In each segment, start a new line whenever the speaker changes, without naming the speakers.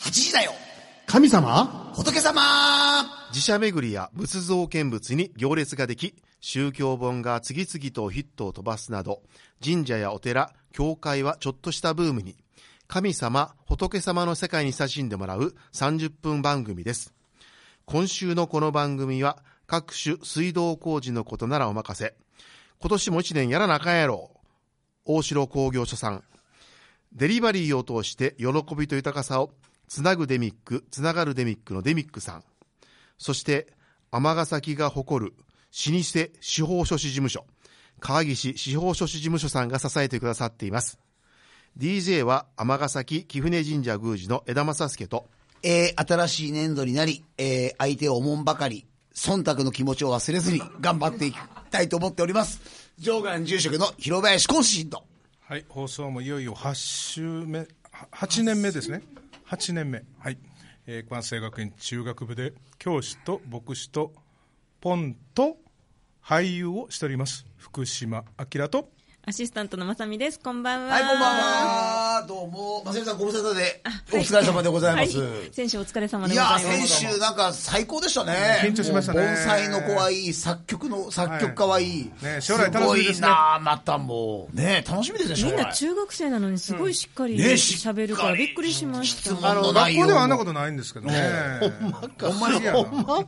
8時だよ
神様
仏様
寺社巡りや仏像見物に行列ができ、宗教本が次々とヒットを飛ばすなど、神社やお寺、教会はちょっとしたブームに、神様、仏様の世界に親しんでもらう30分番組です。今週のこの番組は、各種水道工事のことならお任せ。今年も一年やらなあかんやろ。大城工業所さん。デリバリーを通して喜びと豊かさを、つなぐデミック、つながるデミックのデミックさん。そして、尼崎が誇る老舗司法書士事務所、川岸司法書士事務所さんが支えてくださっています。DJ は尼崎貴船神社宮司の枝正介と、
えー、新しい年度になり、えー、相手をおもんばかり、忖度の気持ちを忘れずに頑張っていきたいと思っております。上岸住職の広林浩信と。
はい、放送もいよいよ8週目、8年目ですね。8年目。はい。えー、関西学院中学部で教師と牧師とポンと俳優をしております。福島明と。
アシスタントのまさみです。こんばんは。
はい、こんばんは。どうも、まさみさんご無沙汰で、お疲れ様でございます。
は選手お疲れ様
い
でござい
や
ま
ー
す。
先週なんか最高でしたね。
緊張しましたね
もう盆栽の子はいい、作曲の、作曲家はいい。
ね将来楽しみですね
すごいなーまたもう。ね楽しみですね、将
みん
来。
な中学生なのにすごいしっかり
ねしっかり
喋るからびっくりしました。
質問の
学
内容
校
も
ではあんなことないんですけどね。
ほんまに
いや
ほん
い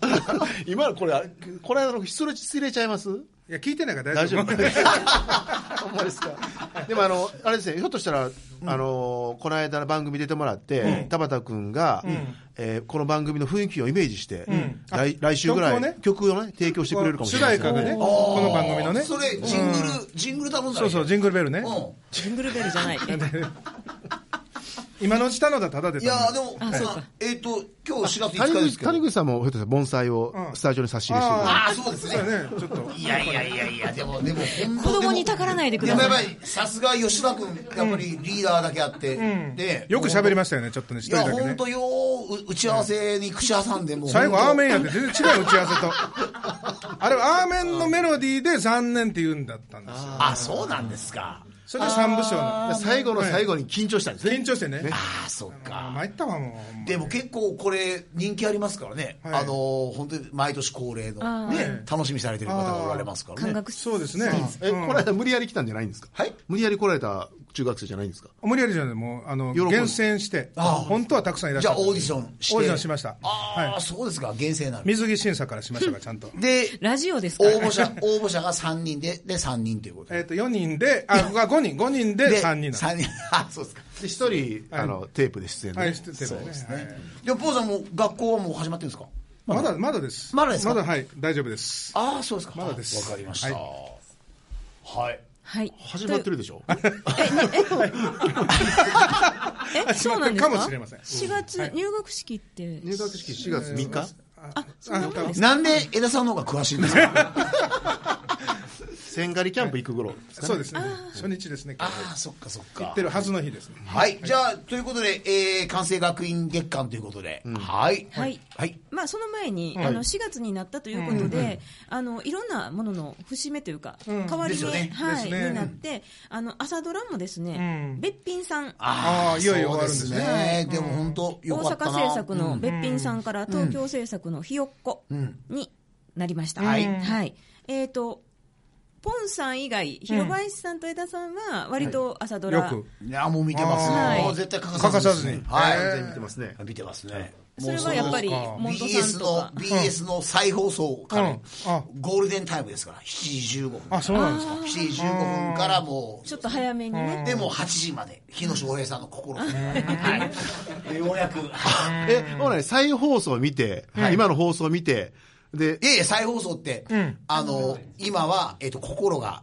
今のこれ、これあの失礼失礼ちゃいます
や、聞いてないから
大
大
丈夫
丈夫。
ほんまですか。でもあの、あれですね、ひょっとしたら、あの、この間の番組出てもらって、田畑くんが、えーこの番組の雰囲気をイメージして、来来週ぐら
曲を
い
ね
曲をね、提供してくれるかもし
主
れない
題
ですね。
歌がね、この番組のね。
それ、ジングル、ジングル頼んだ
そうそう、ジングルベルね。
うん
ジングルベルじゃない。
今のうちたのだ、ただで
い
頼む。
やーでも、まあえっ、と、今日4月5
谷
日です
口
けど
谷。口さんもひょっとしたら盆栽をスタジオに差し入れしてくれる
ああ、そうです
そう
ね。
だね、ちょっと。
いやいやいやいや、でも、でも、ほんと
子供にたからないでください
でもやっぱり、さすが吉田君、やっぱりリーダーだけあって、で、
よく喋り
ま
ましたよね、ちょっとね、一
い
人
や、
だけ
ほん
ね。
とよう、打ち合わせに口挟んで、もう。
最後、アーメン
ン。
やって全然違う打ち合わせ と。あれはアーメンのメロディーで残念って言うんだったんですよ。
あ、そうなんですか。
それで三部賞の。
最後の最後に緊張したんですね。
緊張してね。
ああ、そっか。
あ参ったわ、もう。
でも結構これ人気ありますからね、
はい
あのー本当に毎年恒例の、ね、楽しみにされてる方がおられますから
感
ね。
覚
そうですね。
え、この間無理やり来たんじゃないんですか
はい
無理やり来られた中学生じゃないんですか
無理やりじゃない、もう、あの、
喜ぶ
厳選して、本当はたくさんいらっし
じゃ
ゃ
あ
る。
オーディションして。
オーディションしました。
ああ、
はい。
そうですか、厳正なる。
水着審査からしましたから、ちゃんと。
で、
ラジオですか
応
ら。
募者、 応募者が3人で、で3人ということ
え
で。
っと、4人で、あ、5人、5人で3人なんです。
三人。 あ、そうですか。
で、一人、あの、テープで出演で。
はい、しててもね。はい
でも、ポーさんも学校はもう始まってるんですか
まだ、まだです。
まだですか
まだ、はい、大丈夫です。
ああ、そうですか。
まだです
わかりました。
は
はい。
はい。
始まってるでしょ
え、そうなんですか
かもしれません
4月、入学式って。
入学式4月3日
あ、そんなもんですか
なんで江田さんの方が詳しいんです か
千狩りキャンプ行く頃ですかね
そうですね。初日ですね、今日
ああ、そっかそっか。
行ってるはずの日ですね。
はい、じゃあ、ということで、えー、関西学院月間ということで、はい、
はい
はい、
まあ、その前に、あの4月になったということで、あのいろんなものの節目というか、変わり
ですよ
目、
ね
はい
ですね
になってあの朝ドラもですね、べっぴんさん
ああ、いよいよ終わるんです
そう
ね。
ね、でも本当、よ
大
かったな
阪制作のべっぴんさんから東京制作のひよっこになりました、はい、えっ、とポンさん以外広林さんと江田さんは割と朝ド
よ
ラ、
く。
いや、もう見てます
は
ね、
い
もう絶対欠かさずに、
欠
は
全
い
然見てますね。
見てますね、
それはやっぱりモントさ
BS
んとか
の BS の再放送か
う
ら
んあ
ゴールデンタイムですから、7時15分、
あ、そうなんですか。
7時15分からもう
ちょっと早めにね、
でも8時まで、日野翔平さんの心を、はい、ようやく、
え、ほらね、再放送を見て、今の放送を見て、で
い、やいや、再放送って、あの、今は、えっ、と、心が、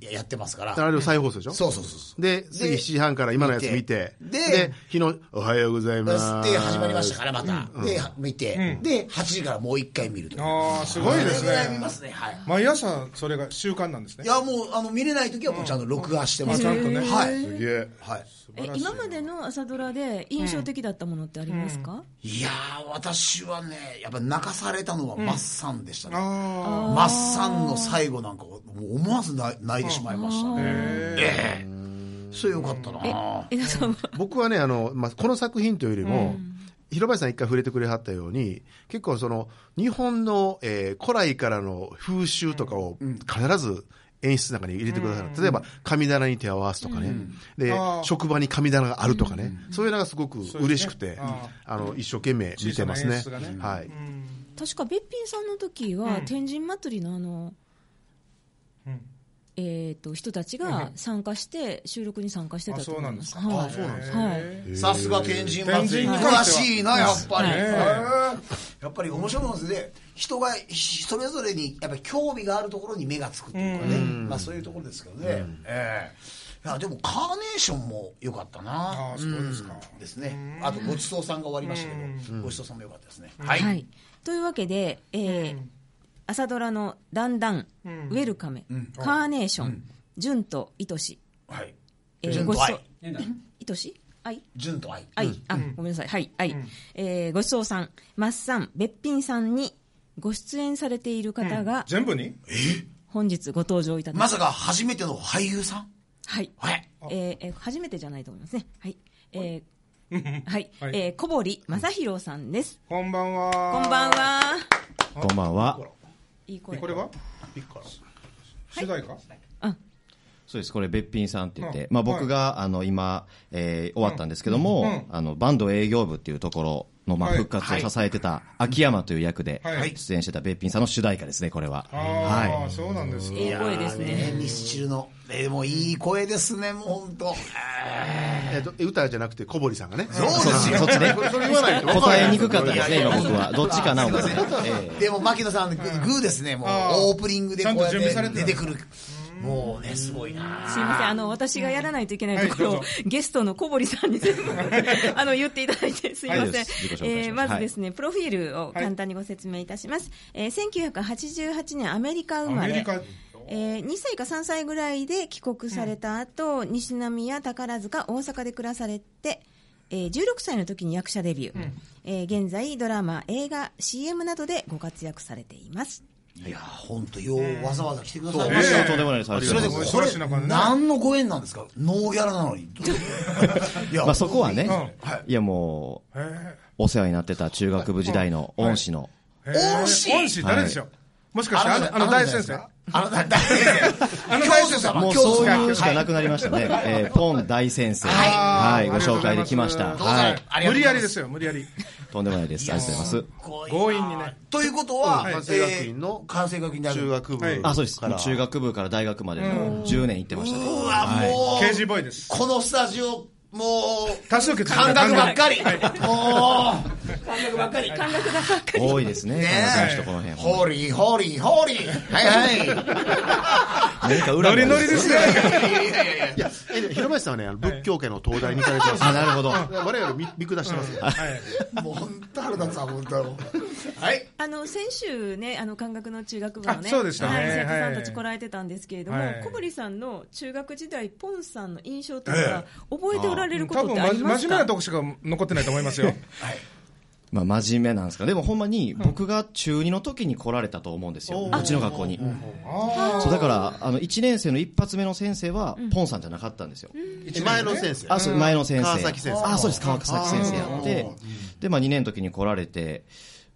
ややってますから。
あれを再放送でしょ
そうそうそうそう。
で、次7時半から今のやつ見て、
で
で、昨日、おはようございます。
で、始まりましたから、また。で、見て、で、8時からもう一回見るという。
ああ、すごいです
それぐらい見
ね
ま。すね、はい。
毎朝、それが習慣なんですね
い。や、もう、あの、見れない時は、もうちゃんと録画してます
ちゃんとね
はい。
すげえ。
はい。
え今までの朝ドラで印象的だったものってありますか、
いやー、私はね、やっぱ泣かされたのは、マッサンでしたね。
あ
マッサンの最後なんか、もう思わず泣泣いてしまいましたね。ええそれよかったな
え江田さんは
僕はね、あの、まあ、この作品というよりも、広林さん一回触れてくれはったように、結構その、日本の、えー古来からの風習とかを必ず演出の中に入れてくださる。例えば、神棚に手を合わすとかね。で
あ、ー
職場に神棚があるとかね。そういうのがすごく嬉しくて、
そうですね
あの、一生懸命見てますね
小さな演出が。ね
はい。
確かべっぴんさんの時は、
うん
天神祭りのあの、
うん
えー、と人たちが参加して、収録に参加してたと思います。
あそう
はい
あそうなんです
はい
さすが天神祭り
天神に関して
詳
は
しいなやっぱり、
はい
へえ
ね
やっぱり面白いもんですね人がひそれぞれにやっぱり興味があるところに目がつくっていうかね、まあ、そういうところですけどね、ええいやでもカーネーションも良かったな
ああそうですか
んですねあとごちそうさんが終わりましたけどごちそうさんも良かったですね、はい、
はい、というわけで、えー朝ドラの「だんだん」ウェルカメ」カーネーション」純と愛し」
はい
えー
純
ご
と
ちそう
愛
愛し」愛
純と愛
愛、あ、ごめんなさい、はい、愛、えーごちそうさん、マッサン、べっぴんさんにご出演されている方が、
全部に
本日ご登場いただき、
まさか初めての俳優さん
はい、
はい
えーえー初めてじゃないと思いますね。はい、えー はい、
はい
えー小堀正弘さんです。
こんばんは
こんばんは。
こんばん は。
いい声。
これは主題歌
そうです。これ、べっぴんさんって言っ
うん
て、まあ
はい
僕が、あの、今、えー終わったんですけども、あの、バンド営業部っていうところの、まあ
はい
復活を支えてた、秋山という役で
はい、
出演してたべっぴんさんの主題歌ですね、これは。
ああ
は
そうなんですか
ええ声ですね。
ミスチルのえーでもいい声ですねもう本当
えっと、歌じゃなくて小堀さんがね。
そうですよ
そっちね
これ それ言わないと分かんない
答えにくかったですね、今僕は。どっちかな、思ってえ
でも牧野さんグーグーですねもう
あー
オープニングでこうやって出てくるもうねすごいな
すいません、あの、私がやらないといけないところ
は
を
いど、
ゲストの小堀さんに全部、あの、言っていただいて、すいません。
はいです自己紹介します
えーまずですね、プロフィールを簡単にご説明いたします。えー1988年アメリカ生ま
アメリ
れ。
カ
えー2歳か3歳ぐらいで帰国された後、西宮、宝塚、大阪で暮らされて、えー16歳の時に役者デビュー、えー現在、ドラマ、映画、CM などでご活躍されています。
いや本当ようわざわざ来てくだ
え
さい
も
ま
う
した
とんでもないです。あり
そ
がと
れ
う
で
ござい
こ
お忙
ます
しい中
れ
ね
何のご縁なんですかノーギャラなのにいや
まあそこはね
うん、
いやもう、
へえ
お世話になってた中学部時代の恩師の、
へえ
恩師
恩師誰でしょうもしかしてあのあの大先生
あなた大先生
あの
教
大
祖
先生
様
もう
教祖
そう
様
いうしかなくなりましたね。えーポン大先生。
あ
は
ー
い、ご紹介できました。
ありがとうご
は
ざい
い
ます。ありがとうございます
無理やりですよ無理やり
とんでもないです。ありがとうございます。
強引にね
ということは
はい
えー
関西学院の
関西学院大学
中学部か
は
ら
い。
あ、そうです。もう中学部から大学までの10年行ってましたね。
うわ
はい
もう
刑事ボーイです
このスタジオもう
多数決
感覚ばっかりも
はいう
感覚ばっかり
感覚がばっかり。
多いですね。
ね
この
え
人この辺。
ホーリーホーリーホーリーはいは
何か裏
ノ
が
リノリですね
いいやいやいやい
い
や
や、えで広林さんはね、あの仏教界の東大に行かれてます。
あ、なるほど。
我々見見下してますよ。
はい
もう本当腹立つわ本当もうはい
あの先週ね、あの感覚の中学部のね、
あそうでしたね
はい、生徒さ
は
ん
い
たち来られてたんですけれども、
はい
小堀さんの中学時代、ポンさんの印象とか、覚えておられるこ
多
とっ
分
てあ
ま
り
真
ます
面目な
か
とこしか残ってないと思いますよ
まあ真面目なんですか。でもほんまに僕が中2の時に来られたと思うんですよ。うちの学校に。そうだから、あの、1年生の一発目の先生は、ポンさんじゃなかったんですよ。
え前の先生。
あ、そう、前の先生。
川崎先生
あ、そうです、川崎先生やって。で、まあ2年の時に来られて、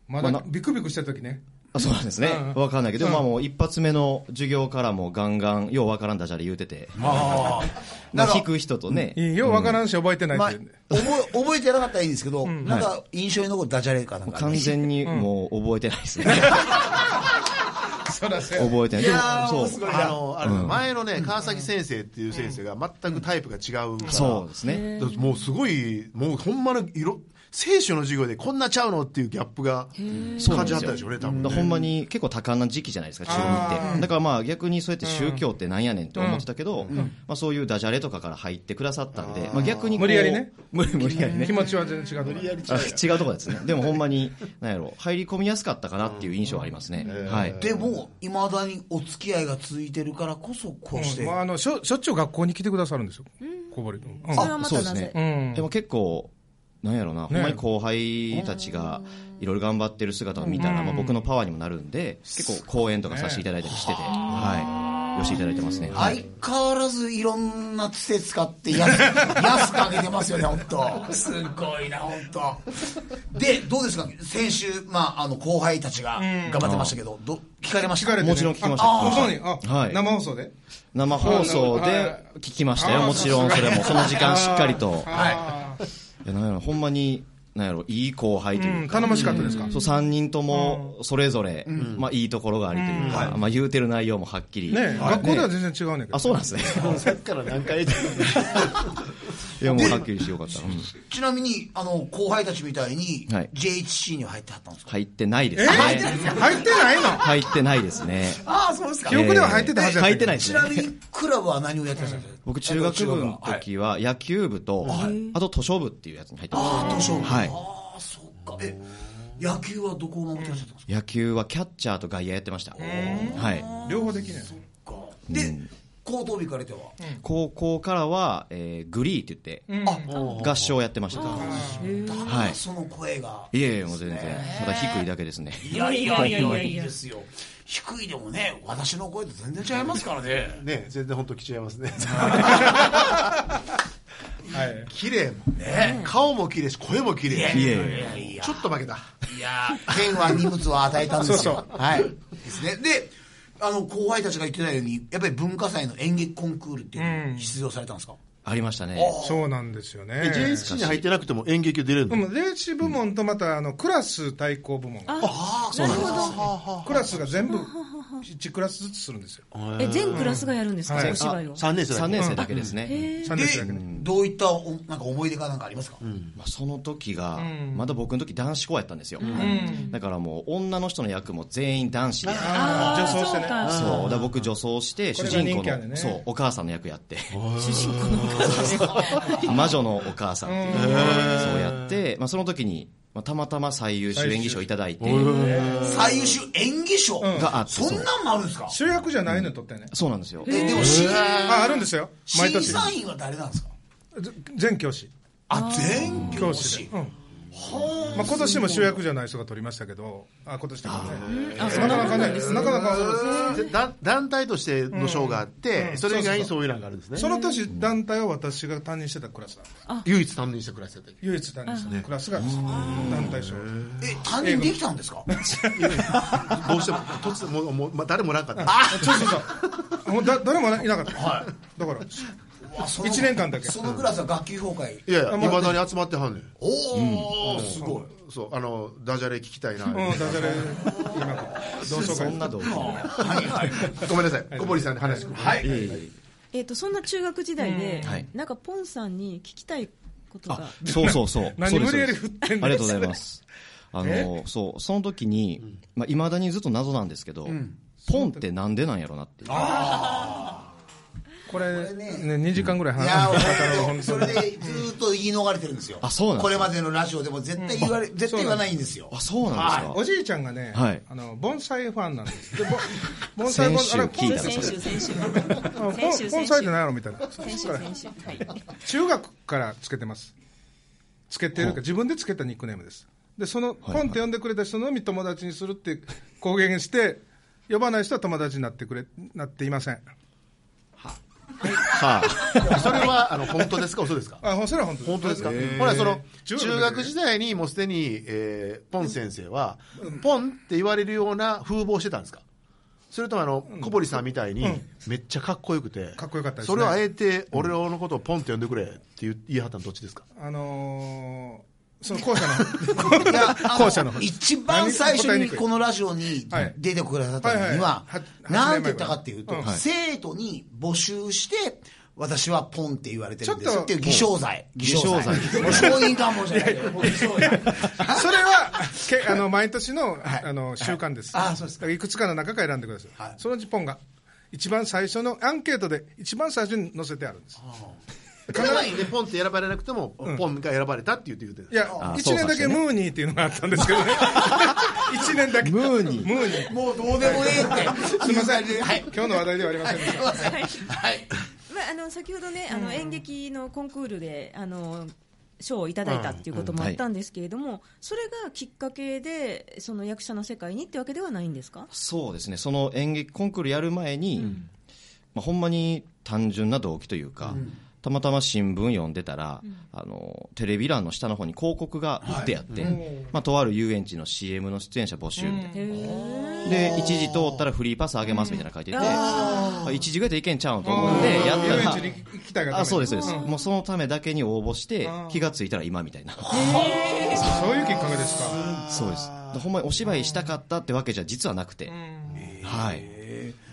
ま
ま
だ
あな
ビクビクしてる時ね
あそうなんですね。
うん
わかんないけど、まあもう一発目の授業からもうガンガン、ようわからんダジャレ言うてて、
あ
まあ弾く人とね、
いいようわからんし覚えてない
まあ
っ
覚
て
え覚えてなかったらいいんですけどなんか印象に残るダジャレかなんかあ
完
ります
全にもう覚えてないですね。
そらせ
覚えてない。でも
やーもうす
そ
ご
う。
い
あの、あれ前のね、川崎先生っていう先生が全くタイプが違うから。
そうですね。
だからもうすごい、もうほんまの色、聖書の授業でこんなちゃうのっていうギャップが
そう
感
なん
じ
す
は
よ
ったでしょうね、多分ね。
だからほんまに結構多感な時期じゃないですか、中二って。だからまあ逆にそうやって宗教ってなんやねんって思ってたけど、まあそういうダジャレとかから入ってくださったんで、まあ逆にこ
無
う
理やりね。
無理無理やりね
気。持ちは全然違う
あ違うとこですね。でもほんまに、なんやろ、入り込みやすかったかなっていう印象はありますね。はい。
でもいまだにお付き合いが続いてるからこそこうして
まあ、あのしょしょっちゅう学校に来てくださるんですよ、小堀君。うん
それはま
そ
た
うで
な
す
ぜ、
ね。
うん
でも結構、なんやろな、ほんまに後輩たちが、いろいろ頑張ってる姿を見たら、まあ、僕のパワーにもなるんで、結構講演とかさせていただいたりしてて、は寄せていただいてますね。
相変わらずいろんなつて使って 安安く上げてますよね、本当。すごいな、本当。で、どうですか、先週、まあ、あの後輩たちが頑張ってましたけど、ど聞かれました
聞かれてね
もちろん聞きました
あ
聞きま
本当に
した
あ、
はい
生放送で
生放送
あなるほどは
で
い
聞きましたよ。
あー
もちろんそれも、その時間しっかりと。
はい
や、なんやろ、ほんまに、なんやろ、いい後輩という
うん
か。
頼もしかったですか
そう、3人とも、それぞれ、まあ、いいところがありというか、まあ、言うてる内容もはっき
い
り。
ねえ
はい
学校では全然違うねんけど
あ、そうなんですね。
さっきから何回言って
いや、もうはっきりしてよかった。うん
ちなみにあの後輩たちみたいに、
はい
JHC には入ってはったんですか、
入ってないで
え
す
入
ね。
ってないの
入ってないですね。
ああそうですか
記憶では入ってたはずやった
入
けど
ってないで
ち
す
な
ね。
みにクラブは何をやってらっしゃるんですか
僕中学部の時は野球部と、あと図書部っていうやつに入ってました
ああ図書部
はい
ああそっかえ野球はどこを守ってらっしゃったんです
野球はキャッチャーと外野やってましたはい
両方できない
かで高等部行かれては、
高校からは、えーグリーって言って、合唱やってましたはい
だからその声が
いえいえもう全然ただ低いだけですね
いやいやいやいやいいですよ低いでもね私の声と全然違いますからね
ね全然本当来ちゃいますね
はい
綺麗もん顔も綺麗し声も綺麗
いえい
い
え
やいや
ちょっと負けた
いや天は荷物を与えたんですよ
そうそう
はいですねであの後輩たちが言ってたようにやっぱり文化祭の演劇コンクールっていうのに出場されたんですか、
ありましたね
そうなんですよね
え JSC に入ってなくても演劇出れる
で
の
も霊視部門とまたあのクラス対抗部門が
なるほ
クラスが全部1クラスずつするんですよ
ど。え、全クラスがやるんですか、
はい
お芝居を。
3年生
3
だけ
年生だけですね、
3年生だけで
でどういったおなんか思い出かなんかありますか、
まあ、その時が、まだ僕の時男子校やったんですよ、だからもう女の人の役も全員男子で
ああ女装してね
あ
そうだから僕女装して
これ
主
が
人
人
公
気ある
の、
ね
そうお母さんの役やって
主人公のお母さんですか。
魔女のお母さんっていうそうやって、まあ、その時に、まあ、たまたま最優秀演技賞いただいて
最優秀演技賞、
があって
そんなんもあるんですか
主役じゃないのとってね
そうなんですよ
えでも審
ああるんですよ毎
審
年
査員は誰なんですか
ぜ全教師
あ全教
教
師
師で、うんまあ、今年も主役じゃない人が取りましたけどあ今年とかねなかなかねなかなか
でだ団体としての賞があって、それ以外にそういうのがあるんですね
その年団体は私が担任してたクラスだ
唯一担任してくださって
唯一担任してたクラスが団体賞
え担任できたんですか
どうしても突然もうもう、まあ、誰もおらんかった
そうそうそうもうだ誰もいなかった、だから
あその
一年間だけ
そのクラスは学級崩壊
いやいやいまだに集まってはんねん
おお、すごい
そうあのダジャレ聞きたいな、
うん、ダジャレ言いまくる同窓
そ
会
んなどうは
ごめんなさい小堀さんに話聞くはい
いえいえ
えっ、と、そんな中学時代で、
うんはい
なんかポンさんに聞きたいことが。
そうそうそう。
何
そうです
無理やり
そうです
振ってんの
ありがとうございます。あの、そう、その時に、まあ、未だにずっと謎なんですけど、ポンってなんでなんやろなっていう。
これ
れね
ね二時間ぐらい
いや
話
俺
して
それでずーっと言い逃れてるんですよ
あそうなんです
こ
か
れまでのラジオでも絶対言われ、絶対言わないんですよ
あ、そうなん
お
ですか。
じいちゃんがね、
はい
あの盆栽ファンなんで すでぼ盆栽盆
先週聞いた
あれ
先週、先週。
盆あ
先週、
盆
先週
栽じゃ。ないやろみたいな
先週、先週。はい。
中学からつけてますつけてるか自分でつけたニックネームですでそのポンって呼んでくれた人のみ友達にするって公言して呼ばない人は友達になってくれなっていません
は
それはあの本当ですか嘘ですか
あほそれは本当です
本当ですかほらその
中学
中学時代にもうすでに、えーポン先生はポンって言われるような風貌してたんですかそれともあの小堀さんみたいにめっちゃかっこよくて
かっこよかったですね
それをあえて俺のことをポンって呼んでくれって言う言い張ったのどっちですか
あのーその校舎の
いやあ
後者の方
一番最初
答え
に
にくい
このラジオに
はい
出てくださった
は
時
い
には
は、いはい
なんて言ったかっていうと、
うん
生徒に募集して、私はポンって言われてるんで
ち
す
ょっと
っていう偽証罪。偽
証罪
もう証人かもしれないけどもう偽証罪。
それはけあの毎年の,、あの習慣です、
あそうですか
だからいくつかの中から選んでください、
はい
そのうちポンが一番最初のアンケートで一番最初に載せてあるんです
必ずでポンって選ばれなくても、ポンが選ばれたって言って言って
いや
あ
1年だけ
そうかそうか
ムーニーっていうのがあったんですけどね1年だけ
ムーニー
ムーニー
もうどうでもええって。す
すいません、
はい。
今日の話題ではありませんでした、
はい。
まあ、あの先ほどね、あの演劇のコンクールであの賞をいただいたっていうこともあったんですけれども、それがきっかけでその役者の世界にってわけではないんですか
そうですね。その演劇コンクールやる前に、まあ、ほんまに単純な動機というか、たまたま新聞読んでたら、あのテレビ欄の下の方に広告が打ってあって、まあ、とある遊園地の CM の出演者募集みたいな、で一時通ったらフリーパスあげますみたいなの書いてて、まあ一時ぐらいでいけんちゃうんと思うんでやった
遊園
ら
地に行きたいがために
あそうですそうです、もうそのためだけに応募して気がついたら今みたいな
そういうきっかけですか
そうですでほんまにお芝居したかったってわけじゃ実はなくて、はい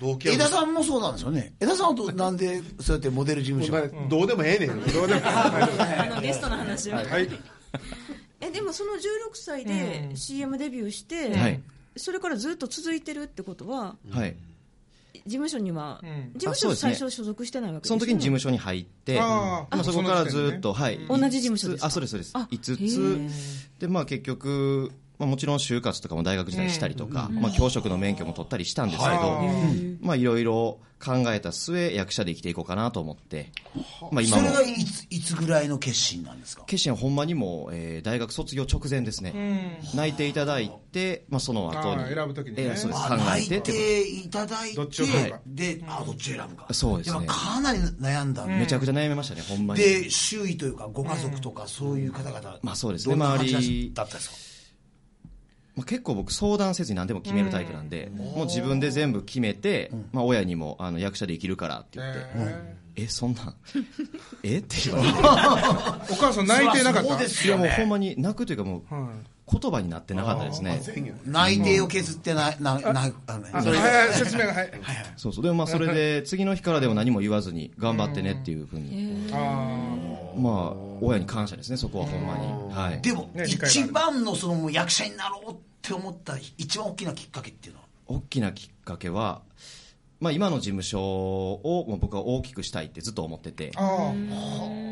同期
江田
は
さんもそうなんですよね江田さんはどなんでそうやってモデル事務所
まあどうでもええねん
どうでも
あのゲストの話を
はい
えでもその16歳で CM デビューして、
はい
それからずっと続いてるってことは
はい
事務所には、事務
あ
所
そうですね
最初所属してないわけです
そ
よ
の
ね
時に事務所に入って、
あ
ま
ー
あ、そこからずっと、はい。
同じ事務所ですか
あ、そうです、そうです
あ。
五
へー
つ。で、まあ結局、まあもちろん就活とかも大学時代したりとか、まあ教職の免許も取ったりしたんですけど、まあいろいろ考えた末、役者で生きていこうかなと思って、まあ
そ
今
れ
も
が。いついつぐらいの決心なんですか
決心はほんまにもう、えー大学卒業直前ですね。泣いていただいて、まあその後
あ
に。
ー選ぶ時にね
えーそうです。考
あ泣
えて
い
ってこ
ていただいて
どっちを選ぶか
であどっちを選ぶか
そうですね
やっぱかなり悩んだ
と。めちゃくちゃ悩みましたね、ほんまに。
で周囲というかご家族とかそういう方々、
まあそうですね
どんな感
周
じ
り
だったんです
まあ、結構僕相談せずに何でも決めるタイプなんで、もう自分で全部決めて、まあ、親にもあの役者で生きるからって言って、えそん なんえって言われて
お母さん泣いてなかっ
そ
た
うで
い
す
や
よ
もう
ね
ほんまに泣くというかもう言葉になってなかったですね
か内定を削ってなななあのね
はいはい説明がはい
そうそうでもまあそれ で次の日からでも何も言わずに頑張ってねっていうふうに、まあ親に感謝ですねそこはほんまに、はい、
でも
ね理解がある
一番のそのもう役者になろうって思った一番大きなきっかけっていうのは
大きなきっかけは、まあ、今の事務所をもう僕は大きくしたいってずっと思ってて
あ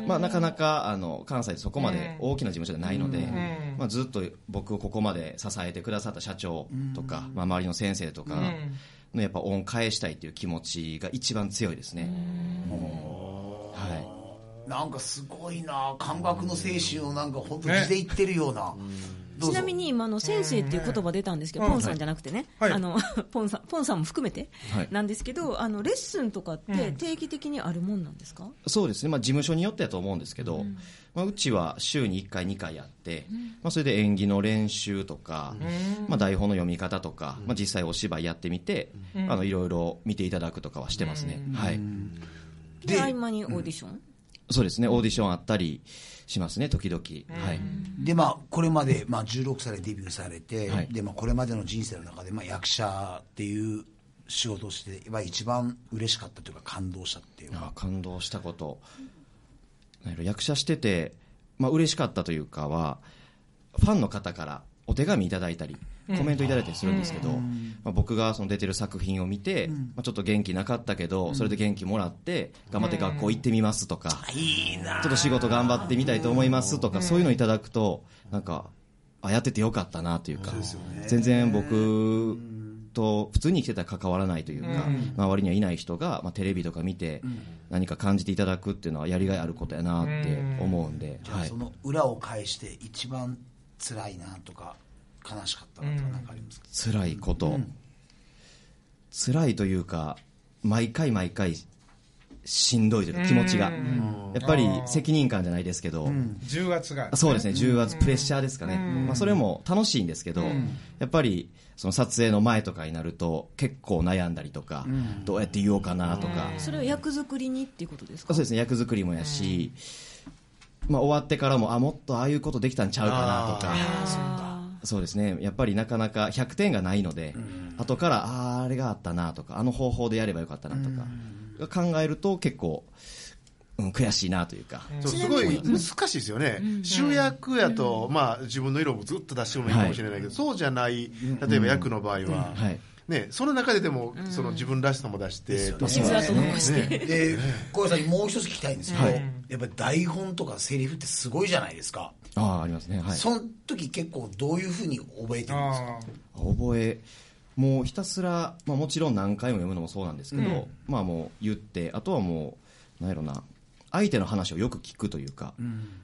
まあ、なかなかあの関西でそこまで大きな事務所じゃないので、まあ、ずっと僕をここまで支えてくださった社長とか、まあ、周りの先生とかのやっぱ恩返したいという気持ちが一番強いですね。は
なんかすごいな感覚の精神をなんか本当に地でいってるような、どう
ち
ぞ
なみに今あの先生っていう言葉出たんですけど、ポンさんじゃなくてね、
はい
あの ポンさんポンさんも含めて
はい
なんですけど、あのレッスンとかって定期的にあるもんなんですか？
い、そうですね、まあ、事務所によってだと思うんですけど、うまあ、うちは週に1回2回やって、まあ、それで演技の練習とか、まあ、台本の読み方とか、まあ、実際お芝居やってみて、あのいろいろ見ていただくとかはしてますね、はい、
で合間にオーディション、
そうですねオーディションあったりしますね時々、はい
でまあこれまで、まあ、16歳でデビューされて、
はい
でまあ、これまでの人生の中で、まあ、役者っていう仕事をして、まあ、一番嬉しかったというか感動したっていうのは
あ感動したことなんやろ役者してて、まあ嬉しかったというかはファンの方からお手紙いただいたりコメントいただいたりするんですけど、まあ、僕がその出てる作品を見て、まあ、ちょっと元気なかったけど、それで元気もらって頑張って学校行ってみますとか、
いいな
ちょっと仕事頑張ってみたいと思いますとか、そういうのいただくと、なんか、あ、やっててよかったなというか、全然僕と普通に生きてたら関わらないというか、周りにはいない人が、まあ、テレビとか見て、何か感じていただくっていうのはやりがいあることやなって思うんで、
じゃあ
はい
そ。の裏を返して一番辛いなとか悲しかったなとかなんかありますか、
辛いこと、辛いというか毎回毎回しんどいというか気持ちが、やっぱり責任感じゃないですけど、
10月が
そうですね重圧プレッシャーですかね、まあ、それも楽しいんですけど、やっぱりその撮影の前とかになると結構悩んだりとか、どうやって言おうかなとか、
それを役作りにっていうことですか
そう？ですね役作りもやし、まあ、終わってからもあもっとああいうことできたんちゃうかなとかそうですねやっぱりなかなか100点がないので、後からあああれがあったなとかあの方法でやればよかったなとか、考えると結構、うん、悔しいなというか、
そうすごい難しいですよね、主役やと、まあ、自分の色もずっと出してもいいかもしれないけど、そうじゃない、例えば役の場合は、
はい
ね、その中ででも、その自分らしさも出して、
傷跡残して、
で小林さんにもう一つ聞きたいんですけど、やっぱり台本とかセリフってすごいじゃないですか、
ああありますねはい
その時結構どういうふうに覚えてるんですか
あ
覚えもうひたすら、まあ、もちろん何回も読むのもそうなんですけど、まあもう言ってあとはもうなんやろな相手の話をよく聞くというか、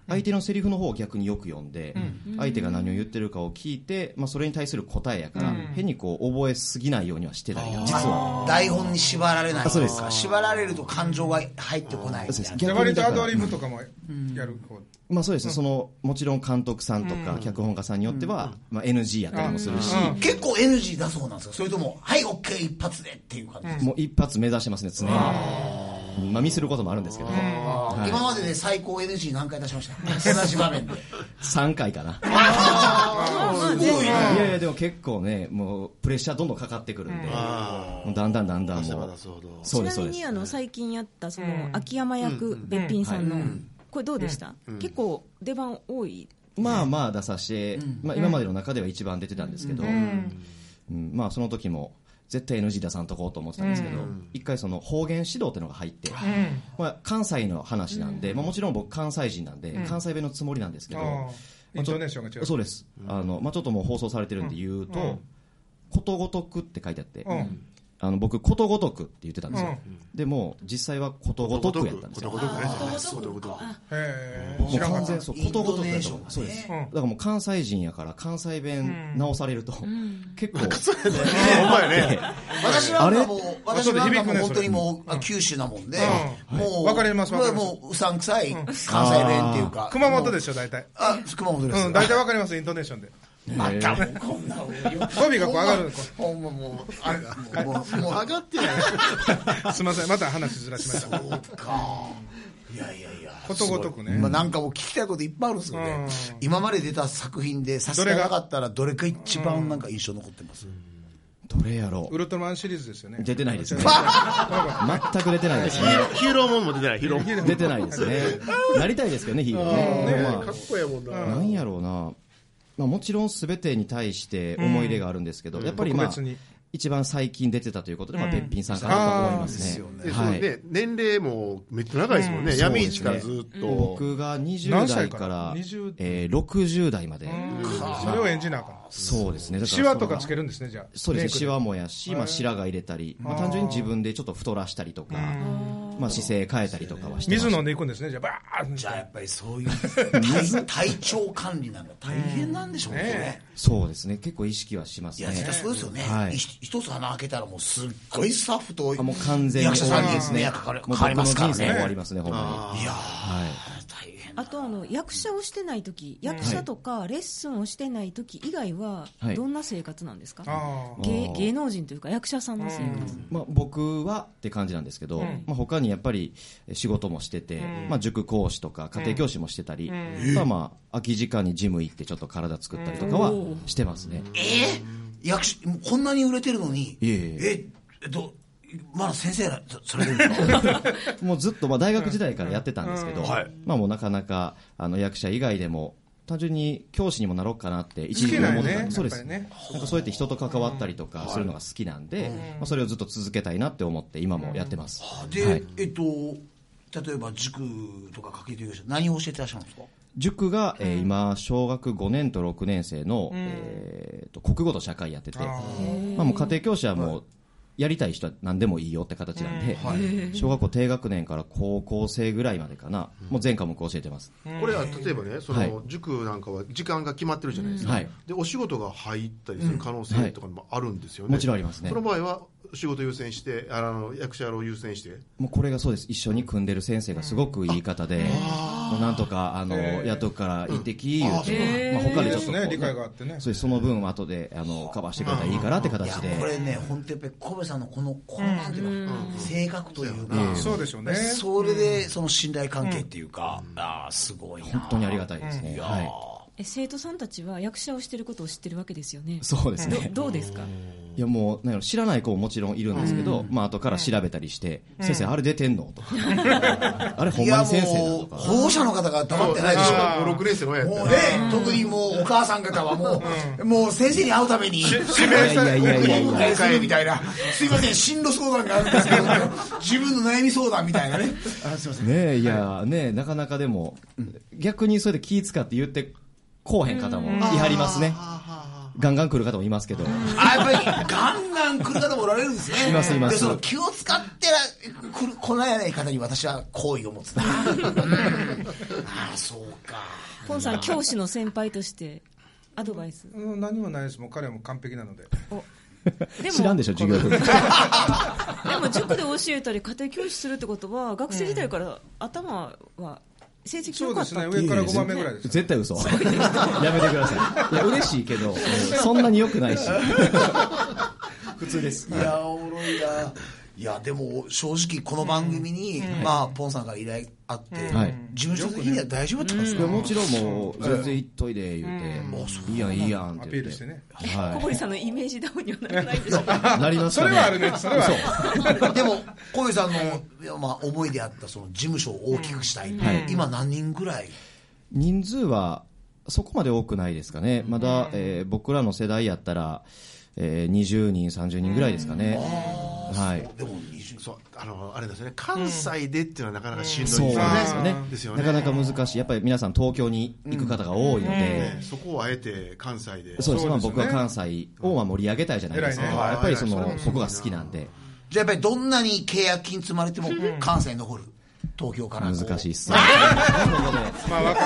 相手のセリフの方を逆によく読んで、相手が何を言ってるかを聞いて、まあ、それに対する答えやから、変にこう覚えすぎないようにはしてたり実は。
台本に縛られないと
そう
い
で
うか縛られると感情が入ってこないみたいな
逆に
割と
だ
ア
か
ド
ら
リブとかもやる方
まあそうですね、そのもちろん監督さんとか脚本家さんによっては、まあ、NG やったりもするし、
結構 NG 出そうなんですかそれとも「はい OK 一発で」っていう感じですか
もう一発目指してますね常に、まあ、ミスることもあるんですけどはい
今までで最高 NG 何回出しました 同じ場面で
3回かな
すごい
い
ね
やいやでも結構ねもうプレッシャーどんどんかかってくるんで、もうだんだんだんだんもう
ち
そうで
な
すそう
み
で
に
す
あの最近やったその秋山役べっぴんさんのこれどうでした結構出番多い
まあまあ出させて、まあ、今までの中では一番出てたんですけど、うんまあその時も絶対 NG 出さんとこうと思ってたんですけど、一回その方言指導っていうのが入って、まあ、関西の話なんで、まあ、もちろん僕関西人なんで、関西弁のつもりなんですけど、
あーイントネーションが違う
そうです、あのまあ、ちょっともう放送されてるんで言うと、ことごとくって書いてあって、
うん
あの僕、ことごとくって言ってたんですよ、でも実際はことごとくやったんですよ、も
へえ
う
知らんか
完
った
全にそうことごとく
イン
やと思
ドネーションがね
うそうです、
ん
だからもう関西人やから、関西弁直されると、結構、
私なんかもう私なんか
ちょ
も
っと響く
う
ね
本当にもう九州なもんで
うん
もう
わかりますわかります
もううさんくさい関西弁っていうか
熊本で
ょ
しょ大体
あ熊本です
うん大体わかりますイントネーションで
またもう こんな
語尾がこう上がる
ほんまもうあれもうもう上がって ない
すみませんまた話ずらしま した
そうかいやいやいや
ことごとくね
まあ、なんかもう聞きたいこといっぱいあるんですよね、
うん
今まで出た作品で差し支えなかったらどれが一番なんか印象残ってます、
どれやろ
ウルトラマンシリーズですよね
う、出てないですね、
なんか
全く出てないですね、
ヒーローもんも出てない、ヒーローもん。
出てないですね、なりたいですけどね、ヒーローね。でもまあ
こやもんな。
なんやろうな、まあ、もちろんすべてに対して思い入れがあるんですけど、やっぱり、まあ
特別に、
一番最近出てたということで、まあ、べっぴんさんかなとは思いますね。
でそう
はい
ね、年齢もめっちゃ長いですもんね、闇市からずっと、
僕が20
何歳
代
か
からら
20、
えー、60代まで、
それを演じなあかん
そうですね、だから
シワとかつけるんですねじゃあ
そうですね、シ
メイク
ワもやし、まあ、白髪入れたり、まあ、単純に自分でちょっと太らしたりとか、まあ、姿勢変えたりとかはしてました
水飲んでいくんですねじゃあバーッ
じゃあやっぱりそう いう体体調管理なんか大変なんでしょうね,、
そうですね、結構意識はします
い
ね
や。絶対そうですよね、
はい
い一つ穴開けたらもうすっごいスタッフと
あもう完全
役
に
者
終
さ
わ
ん
り
に
で
ですす
ね。
ね
も
か
う
れ
僕
変わり
の
ますか
人
ら
生終わり
ね
ますね、ほんまに。
いや
はい。
ー大変
あとあの役者をしてない時役者とかレッスンをしてない時以外は
はい
どんな生活なんですか、
あ
芸芸能人というか役者さんの生活、
まあ、僕はって感じなんですけど、まあ、他にやっぱり仕事もしてて、まあ、塾講師とか家庭教師もしてたり、まあまあ空き時間にジム行ってちょっと体作ったりとかはしてますね、
えー、役者こんなに売れてるのに
いえい
ええどまだ先生らそそれでいいの
もうずっとまあ大学時代からやってたんですけど、まあ、もうなかなかあの役者以外でも単純に教師にもなろうかなって一時期思ってた
好きなんや
んで
ね
そうです
やっぱりね
なんかそうやって人と関わったりとかするのが好きなんで、まあ、それをずっと続けたいなって思って今もやってます、
で、
はい
えっと例えば塾とか家計という何を教えてらっしゃるんですか
塾が、えー今小学5年と6年生の、えーと国語と社会やっててまあ、もう家庭教師はもう、やりたい人は何でもいいよって形なんで、小学校低学年から高校生ぐらいまでかな、もう全科目教えてます、
これは例えばね、そ
はい
の塾なんかは時間が決まってるじゃないですか、
はい
でお仕事が入ったりする可能性とかもあるんですよね、
もちろんありますね
その場合は仕事優先して、あの役者を優先して、
もうこれがそうです一緒に組んでる先生がすごくいい方で、もうなんとかあの、雇うから行ってき言うて、まあ、他でちょっとこう
ね理解があってね
そうですその分後であのカバーしてくれたらいいからって
いや
形で
これね本当やっぱり小部さんのこのこのなんていうか性格というか、
そうでしょうね
それでその信頼関係っていうか、ああすごいな
本当にありがたいですね、はい
え生徒さんたちは役者をしてることを知ってるわけですよね
そうですね
どどうですか
いやもうなんやろ知らない子ももちろんいるんですけど、まあ後から調べたりして、先生、あれ出てんのと か、あれ、ほん
い
ま
や
に先生なの
もう
とか、
保護者の方が黙ってないでしょ
もう6年生の親やっ
も
たら
うね、特にもうお母さん方はもう、もう先生に会うために、
いやいやいやいやい
お迎
や、
えするみたいな、すいません、進路相談があるんですけど、自分の悩み相談みたいなね。
ねえ、いや、ねえ、なかなかでも、逆にそれで気使って言ってこうへん方もいはりますね、ガンガン来る方もいますけど、
あやっぱりガンガン来る方もおられるんですね。
いますいます
でその気を使ってらくる来ない方に私は好意を持つなうんああそうか
ポンさん教師の先輩としてアドバイス
うん何もないですもう彼はもう完璧なので
でも
知らんでしょ授業風
でも塾で教えたり家庭教師するってことは学生時代から頭は成績
そ
良
う
か
で
っ
す
た
ね
って
上から5番目ぐらいです
絶対嘘 やめてくださいいや嬉しいけどうんそんなに良くないし普通です
いやおもろいないやでも正直この番組に、まあポンさんから依頼あって、
はい
事務所的には大丈夫だったんです
い
か、
やもちろんもう全然行っといで言うて、いいやんいいやんって言
ア
って
ピールしてね
小
は
堀さんのイメージダウンにはならないでしょ
いなります
そ
か
れ
ね
はあるねそれはあ る
でも小堀さんの、いやまあ、思いであったその事務所を大きくしたいって、今何人ぐらい
人数はそこまで多くないですかね、まだ、えー僕らの世代やったら、えー20人、30人ぐらいですかね、はい、
でも20
そうあのあれですよね関西でっていうのはなかなかしんどいです
そう
よね,、
なんですよね
ですよね
なかなか難しい、やっぱり皆さん、東京に行く方が多いので、
ねそこをあえて関西で
そうです、まあ、
そうですね
僕は関西をまあ盛り上げたいじゃないですか、
偉いね
やっぱりそ
それ
の
も
僕が好きなんで、
じゃあやっぱりどんなに契約金積まれても関西に残る東京からこう
難しいっす、
まあわか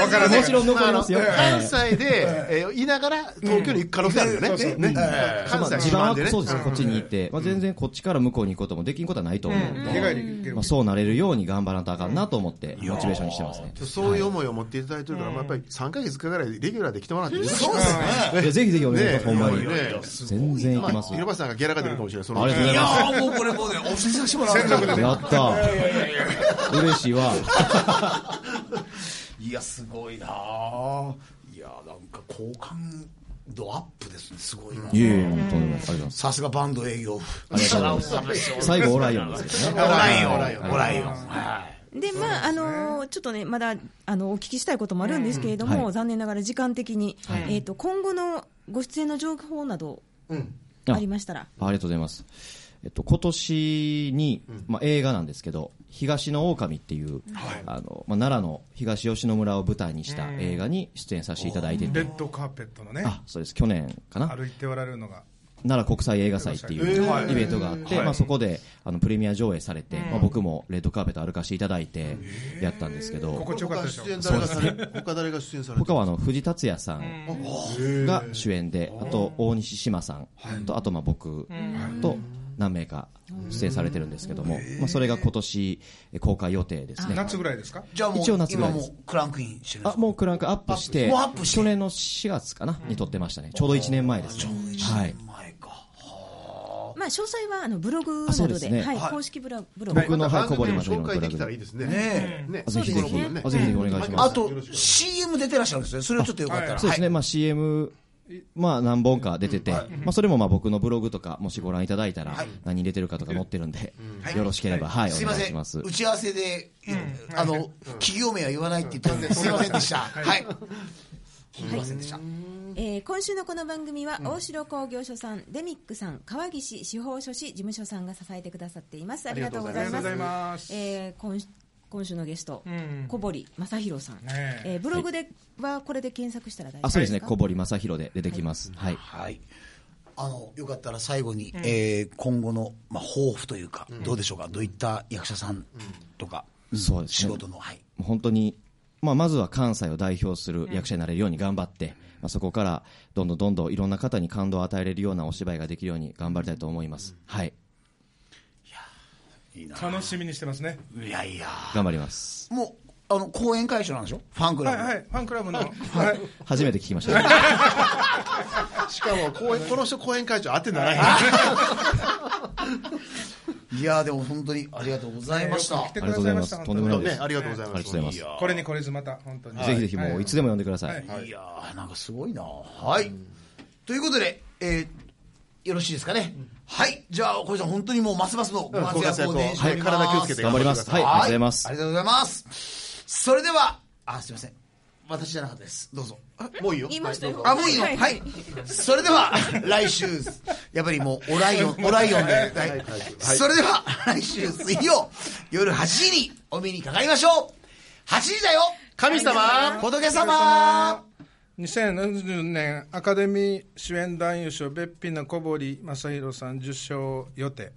わからない
もちろん残りますよ、
関西で、えーいながら東京に行く可能性あるよね,、
うんそうそう
ね
うん
関西
まあ地
地
盤
盤で
は
ね
そうですね、こっちに行って、まあ、全然こっちから向こうに行くこともできんことはないと思うんで、
うん意外にいける
まあ、そうなれるように頑張らなとあかんなと思って、モチベーションにしてますね。
そういう思いを持っていただいてるから、まあやっぱり3ヶ月かぐらいレギュラーで来てもらっていいですか
そうですね
いやぜひぜひお願いしま
ね
す、ほんまに
いやいやいや。
全然行きます。
広
あ
場さんがギャラが出るかもしれない、その
りがとうござ
い
い
や
ま
ーもうこれもうねお布施させてもらう
す。やった嬉しいわ。
いやすごいなあいやなんか好感度アップですねすごいない
えいえ、本当にありがとうございます。
さすがバンド営業部
ありがとうございます。最後、オライオンですけど
オ
ね。
ライオンオライオンオライオンはい
でまああのーちょっとねまだあのお聞きしたいこともあるんですけれども、
はい
残念ながら時間的に、えっ、と今後のご出演の情報などありましたら、
ありがとうございます。えっと、今年に、まあ、映画なんですけど、東の狼っていう、あの、まあ、奈良の東吉野村を舞台にした映画に出演させていただいてて
レッドカーペットのね
あ、そうです。去年かな。
歩いておられるのが
奈良国際映画祭っていうイベントがあって、まあ、そこであのプレミア上映されて、まあ、僕もレッドカーペット歩かしていただいてやったんですけど、
心地よかっ
他
たでしょ
出演誰がされ他誰が出演されて
他はあの藤達也さんが主演で、あと大西志麻さんと、あとまあ僕と何名か出演されてるんですけども、まあ、それが今年え公開予定ですね。
夏ぐらいですか
じゃあも
一応
う
夏ぐ
今
らいで
も
す
うクランクインしてるんで
あ
すか
もうクランクアップして、
もうアップして
去年の4月かな、に撮ってましたね。ちょうど1年前ですね。はい。
前か
まあ詳細はあのブログ
あ
な
そう
どで
で
す
ね
はい
は
公式ブロブログ、
僕の、はい、こぼれましょう
紹介できたらいいですね
ね
ね
あぜひぜひ、あぜひぜひお願いします。
あと CM 出てらっしゃるんですねそれをちょっとよかったら
そうです
は
ね、まあ、CM、まあ、何本か出てて、まあ、それもまあ僕のブログとか、もしご覧いただいたら、何出てるかとか載ってるんで、
はい
よろしければ、はい、
いす
お
いま
願い
せ
し
ん
ます。
打ち合わせであの企業名は言わないって言ったんですいませんでしたはいすいませんでした
えー今週のこの番組は大城工業所さん、デミックさん川岸司法書士事務所さんが支えてくださっていますありがとうございます
ありがとうございます
えー今今週のゲスト、
ん
小堀正弘さん、
ねえ
えーブログではこれで検索したら大丈
あ、
夫
そ
で
うです
す
ね、
か、
小堀正弘で出てきます。はい。
はい。あの、よかったら最後に、えー今後の、まあ、抱負というか、どうでしょうか、どういった役者さんとか、
そうです
仕
ね
事の、はい。
本当に、まあ、まずは関西を代表する役者になれるように頑張って、まあ、そこからどんどんどんどんいろんな方に感動を与えれるようなお芝居ができるように頑張りたいと思います。はい。
いいな。
楽しみにしてますね
いやいや。
頑張ります。
もう、あの、講演会場なんでしょファンク
は
ラ
い
ブ。
はいファンクラブのはい
初めて聞きました。
しかも公演この人講演会長あってんじゃない
い、や、でも本当にありがとうございました。
よく来てくださいました
ありがとうございますとんでもない
ねありがとうござい
あ
ま
りがとう
す
ございます。
これにこれずまた本当に
ぜひぜひもういつでも呼んでくださ
はいい。
いやーなんかすごいなはい、ということで、えーよろしいですかね、はいじゃあ小井さん本当にもうますますのご活躍をね
はい体気をつけて
頑張ります。はい、ありがとうございます
あ。りがとうございますそれではあすいません私じゃなかったですどうぞあ
もういいよ
言いましたよ
あもういいのはい、それでは来週やっぱりもうオライオンオライオンで、はいそれでは来週水曜夜8時にお目にかかりましょう8時だよ
神様
仏様
2020年アカデミー主演男優賞べっぴんの小堀正弘さん受賞予定